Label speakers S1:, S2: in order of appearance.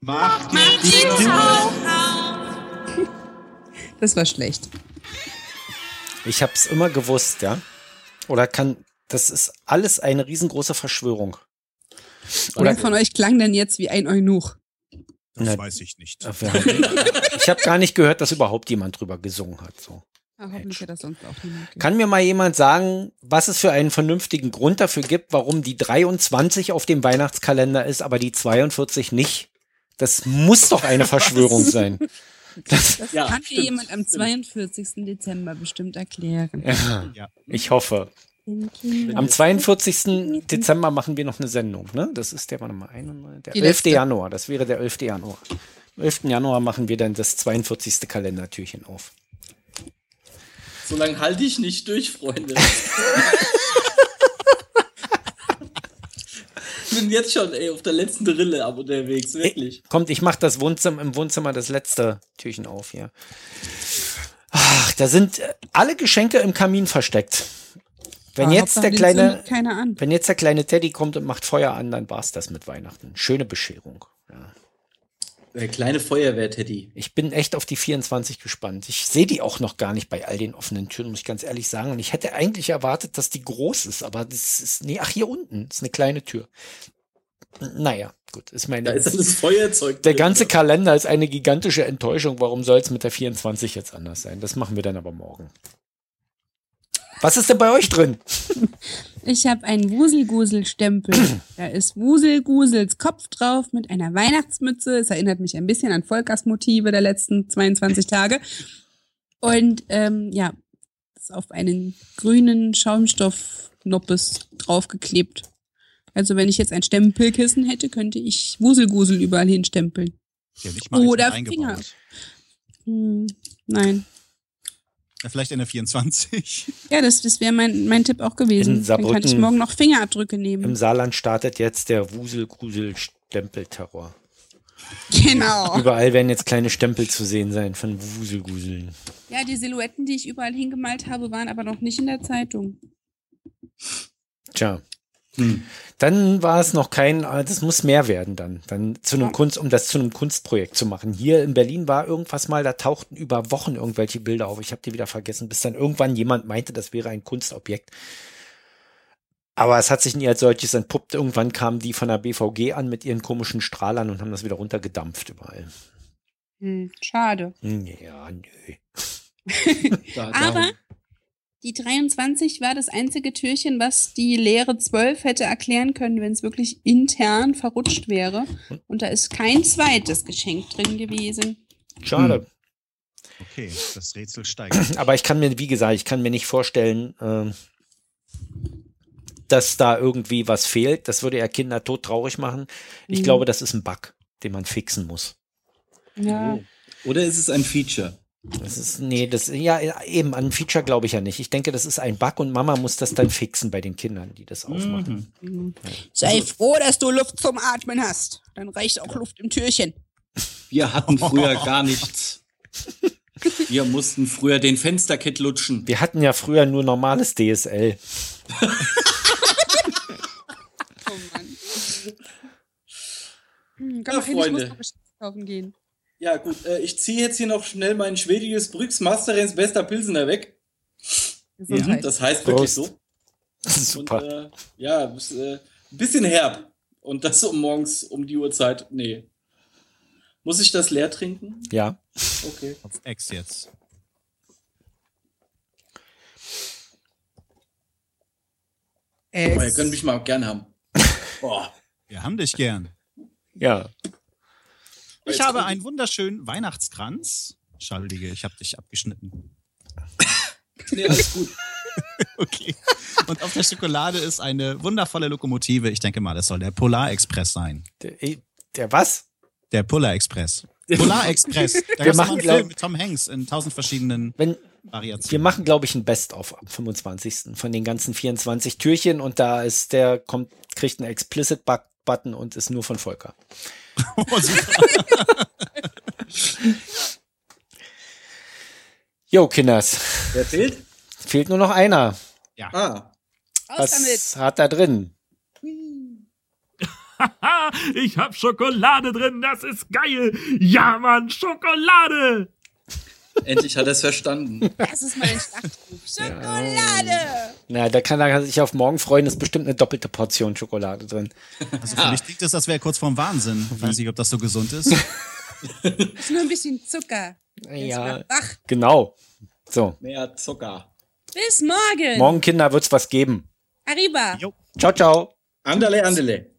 S1: Mach die Tür
S2: Das war schlecht.
S3: Ich hab's immer gewusst, ja. Oder kann, das ist alles eine riesengroße Verschwörung. Oder,
S2: Wer von euch klang denn jetzt wie ein Eunuch?
S1: Das
S3: Na, äh,
S1: weiß ich nicht.
S3: wir haben- ich habe gar nicht gehört, dass überhaupt jemand drüber gesungen hat. So.
S2: Ah, hoffentlich hat das sonst auch niemand gehört.
S3: Kann mir mal jemand sagen, was es für einen vernünftigen Grund dafür gibt, warum die 23 auf dem Weihnachtskalender ist, aber die 42 nicht? Das muss doch eine Verschwörung sein.
S2: Das
S4: Ja,
S2: kann dir
S4: stimmt,
S2: jemand am 42. Dezember bestimmt erklären.
S3: Ja,
S1: Ja.
S3: ich hoffe.
S2: Den Kindern.
S3: Am 42. Dezember machen wir noch eine Sendung, ne? Das ist der, warte mal, ein, der
S2: Die
S3: 11.
S2: letzte.
S3: Januar, das wäre der 11. Januar. Am 11. Januar machen wir dann das 42. Kalendertürchen auf.
S4: So lange halte ich nicht durch, Freunde. ich bin jetzt schon ey, auf der letzten Rille ab unterwegs, wirklich.
S3: Kommt, ich mach das Wohnzimmer, im Wohnzimmer das letzte Türchen auf hier. Ach, da sind äh, alle Geschenke im Kamin versteckt. Wenn
S2: Aber
S3: jetzt
S2: Hauptsache,
S3: der
S2: den
S3: kleine,
S2: zündet Keiner an.
S3: wenn jetzt der kleine Teddy kommt und macht Feuer an, dann war's das mit Weihnachten. Schöne Bescherung. Ja.
S4: Der kleine Feuerwehr, Teddy.
S3: Ich bin echt auf die 24 gespannt. Ich sehe die auch noch gar nicht bei all den offenen Türen, muss ich ganz ehrlich sagen. Und ich hätte eigentlich erwartet, dass die groß ist, aber das ist, nee, ach, hier unten ist eine kleine Tür. Naja, gut, ist meine.
S4: Da ist alles Feuerzeug.
S3: Der
S4: drin.
S3: ganze Kalender ist eine gigantische Enttäuschung. Warum soll es mit der 24 jetzt anders sein? Das machen wir dann aber morgen. Was ist denn bei euch drin?
S2: Ich habe einen Wuselgusel-Stempel. da ist Wuselgusels Kopf drauf mit einer Weihnachtsmütze. Es erinnert mich ein bisschen an Volkers Motive der letzten 22 Tage. Und ähm, ja, ist auf einen grünen Schaumstoff-Noppes draufgeklebt. Also wenn ich jetzt ein Stempelkissen hätte, könnte ich Wuselgusel überall hinstempeln.
S1: Ja, nicht mal
S2: Oder
S1: einzeln eingebaut.
S2: Finger. Hm, nein.
S1: Ja, vielleicht eine 24.
S2: Ja, das, das wäre mein, mein Tipp auch gewesen.
S3: In
S2: Dann kann ich
S3: Saarbrücken-
S2: morgen noch Fingerabdrücke nehmen.
S3: Im Saarland startet jetzt der Wuselgrusel-Stempelterror.
S2: Genau.
S3: Überall werden jetzt kleine Stempel zu sehen sein von Wuselguseln.
S2: Ja, die Silhouetten, die ich überall hingemalt habe, waren aber noch nicht in der Zeitung.
S3: Tja.
S4: Hm.
S3: Dann war es noch kein, ah, das muss mehr werden dann. Dann zu einem Kunst, um das zu einem Kunstprojekt zu machen. Hier in Berlin war irgendwas mal, da tauchten über Wochen irgendwelche Bilder auf. Ich habe die wieder vergessen, bis dann irgendwann jemand meinte, das wäre ein Kunstobjekt. Aber es hat sich nie als solches entpuppt. Irgendwann kamen die von der BVG an mit ihren komischen Strahlern und haben das wieder runtergedampft überall.
S2: Hm, schade.
S3: Hm, Ja, nö.
S4: Da,
S2: Aber die 23 war das einzige Türchen, was die leere 12 hätte erklären können, wenn es wirklich intern verrutscht wäre.
S4: Hm.
S2: Und da ist kein zweites Geschenk drin gewesen.
S3: Schade.
S1: Okay, das Rätsel steigt.
S3: Aber ich kann mir, wie gesagt, ich kann mir nicht vorstellen, ähm, dass da irgendwie was fehlt. Das würde ja Kinder tot traurig machen. Ich
S2: Mhm.
S3: glaube, das ist ein Bug, den man fixen muss.
S2: Ja.
S4: Oh. Oder ist es ein Feature?
S3: Das ist, nee, das, ja, eben, an ein Feature glaube ich ja nicht. Ich denke, das ist ein Bug und Mama muss das dann fixen bei den Kindern, die das aufmachen.
S4: Mhm.
S2: Sei
S4: Also
S2: froh, dass du Luft zum Atmen hast. Dann reicht auch Luft im Türchen.
S4: Wir hatten früher gar nichts. Wir mussten früher den Fensterkit lutschen.
S3: Wir hatten ja früher nur normales DSL.
S2: Oh Mann. Hm, komm
S4: Ja,
S2: doch hin, ich muss
S4: Freunde.
S2: noch Geschenke kaufen gehen.
S4: Ja, gut. Äh, ich ziehe jetzt hier noch schnell mein schwedisches Brüx Masterens bester Pilsener weg.
S2: Gesundheit.
S4: Das heißt
S3: Prost.
S4: wirklich so.
S3: Super.
S4: Und, äh, ja, bis, äh, ein bisschen herb. Und das um morgens um die Uhrzeit. Nee. Muss ich das leer trinken?
S3: ja.
S4: Okay.
S1: Auf Ex jetzt.
S2: Äh,
S4: Aber Oh, ihr könnt mich mal gern haben. Boah.
S1: Wir haben dich gern.
S3: Ja.
S1: Ich habe einen wunderschönen Weihnachtskranz. Schuldige, ich habe dich abgeschnitten.
S4: Nee, alles gut.
S1: Okay. Und auf der Schokolade ist eine wundervolle Lokomotive. Ich denke mal, das soll der Polarexpress sein.
S3: Der, der was?
S1: Der Polarexpress. Polarexpress. Da
S3: Wir
S1: gab's
S3: machen
S1: einen
S3: gleich-
S1: Film mit Tom Hanks in tausend verschiedenen
S3: Wenn, Wir
S1: Variationen.
S3: machen, glaube ich, ein Best-of am 25. von den ganzen 24 Türchen und da ist der, kommt, kriegt einen Explicit-Button und ist nur von Volker.
S1: Also
S3: Jo, Kinders,
S4: Wer fehlt?
S3: fehlt nur noch einer.
S4: Ah.
S2: Aus
S3: Was
S2: damit.
S3: hat da drin?
S5: ich hab Schokolade drin, das ist geil. Ja, Mann, Schokolade.
S4: Endlich hat er es verstanden.
S2: Das ist mein Schlachtruf. Schokolade!
S3: Na, da kann er sich auf morgen freuen, ist bestimmt eine doppelte Portion Schokolade drin.
S1: Also für mich klingt das, als wäre kurz vorm Wahnsinn. Ich weiß nicht, ob das so gesund ist.
S2: Ist nur ein bisschen Zucker. Jetzt
S3: Ja.
S2: mal Wach.
S3: Genau. So,
S4: Mehr Zucker.
S2: Bis morgen.
S3: morgen, Kinder, wird's was geben.
S2: Arriba.
S1: Jo.
S3: Ciao, ciao.
S4: Andale, andale.